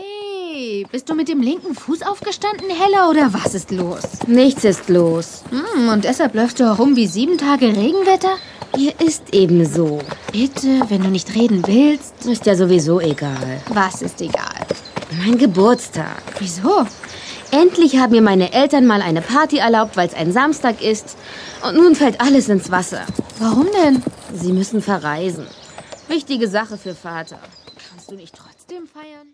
Hey, bist du mit dem linken Fuß aufgestanden, Hella, oder was ist los? Nichts ist los. Hm, und deshalb läufst du herum wie sieben Tage Regenwetter? Ihr ist eben so. Bitte, wenn du nicht reden willst. Ist ja sowieso egal. Was ist egal? Mein Geburtstag. Wieso? Endlich haben mir meine Eltern mal eine Party erlaubt, weil es ein Samstag ist. Und nun fällt alles ins Wasser. Warum denn? Sie müssen verreisen. Wichtige Sache für Vater. Kannst du nicht trotzdem feiern?